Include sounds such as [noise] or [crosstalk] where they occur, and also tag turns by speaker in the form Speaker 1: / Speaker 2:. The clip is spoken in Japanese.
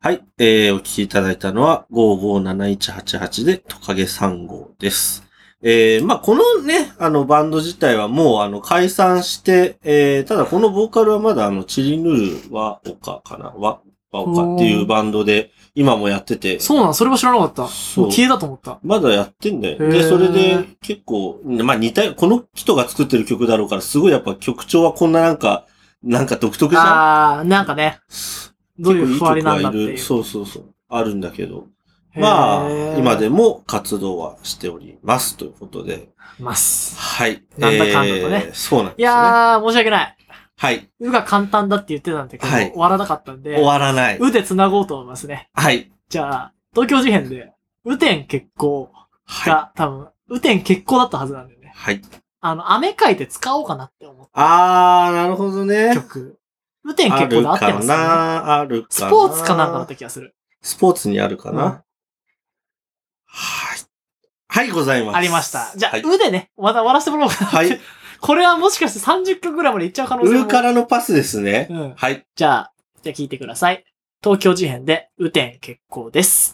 Speaker 1: はい。えー、お聞きいただいたのは、557188で、トカゲ3号です。えー、まあ、このね、あの、バンド自体はもう、あの、解散して、えー、ただこのボーカルはまだ、あの、チリヌルワオカかな、ワ、ワオカっていうバンドで、今もやってて、
Speaker 2: そうなんそれは知らなかった。も
Speaker 1: そう
Speaker 2: う消えたと思った。
Speaker 1: まだやってんだよ。
Speaker 2: へ
Speaker 1: で、
Speaker 2: ー
Speaker 1: それで結構、まあ似た、この人が作ってる曲だろうから、すごいやっぱ曲調はこんななんか、なんか独特じゃん
Speaker 2: あー、なんかね、どういう
Speaker 1: 結
Speaker 2: ふ
Speaker 1: 構
Speaker 2: わ
Speaker 1: いい
Speaker 2: り
Speaker 1: 曲
Speaker 2: なん
Speaker 1: が
Speaker 2: だっ
Speaker 1: い
Speaker 2: てい
Speaker 1: る。
Speaker 2: う。
Speaker 1: そうそうそう。あるんだけど。ま
Speaker 2: へ
Speaker 1: あ、
Speaker 2: ー
Speaker 1: 今でも活動はしております。ということで。
Speaker 2: ます。
Speaker 1: はい。
Speaker 2: なんだかんだとね
Speaker 1: えーそうなんですね。
Speaker 2: いやー、申し訳ない。
Speaker 1: はい。
Speaker 2: うが簡単だって言ってたんだけど、
Speaker 1: はい
Speaker 2: 終わらなかったんで、
Speaker 1: 終わらない。
Speaker 2: うで繋ごうと思いますね。
Speaker 1: はい。
Speaker 2: じゃあ、東京事変で、雨天結構
Speaker 1: はい。
Speaker 2: が、多分、雨天結構だったはずなんだよね。
Speaker 1: はい。
Speaker 2: あの、雨会で使おうかなって思っ
Speaker 1: あー、なるほど
Speaker 2: た
Speaker 1: ね。
Speaker 2: 曲。雨天
Speaker 1: ある
Speaker 2: 結構で合って
Speaker 1: か
Speaker 2: ますよね。
Speaker 1: なあるか
Speaker 2: ス
Speaker 1: な
Speaker 2: ポーツかなんかだった気がする。
Speaker 1: スポーツにあるかな、
Speaker 2: うん
Speaker 1: はい。はい、ございます。
Speaker 2: ありました。じゃあ、
Speaker 1: はい。
Speaker 2: うでね、また終わらせてもらおうかなって。 [laughs]
Speaker 1: はい。
Speaker 2: これはもしかして30曲ぐらいまでいっちゃう可能性も。
Speaker 1: うからのパスですね。
Speaker 2: うん
Speaker 1: はい。
Speaker 2: じゃあ、じゃあ聞いてください。東京事変で雨天結構です。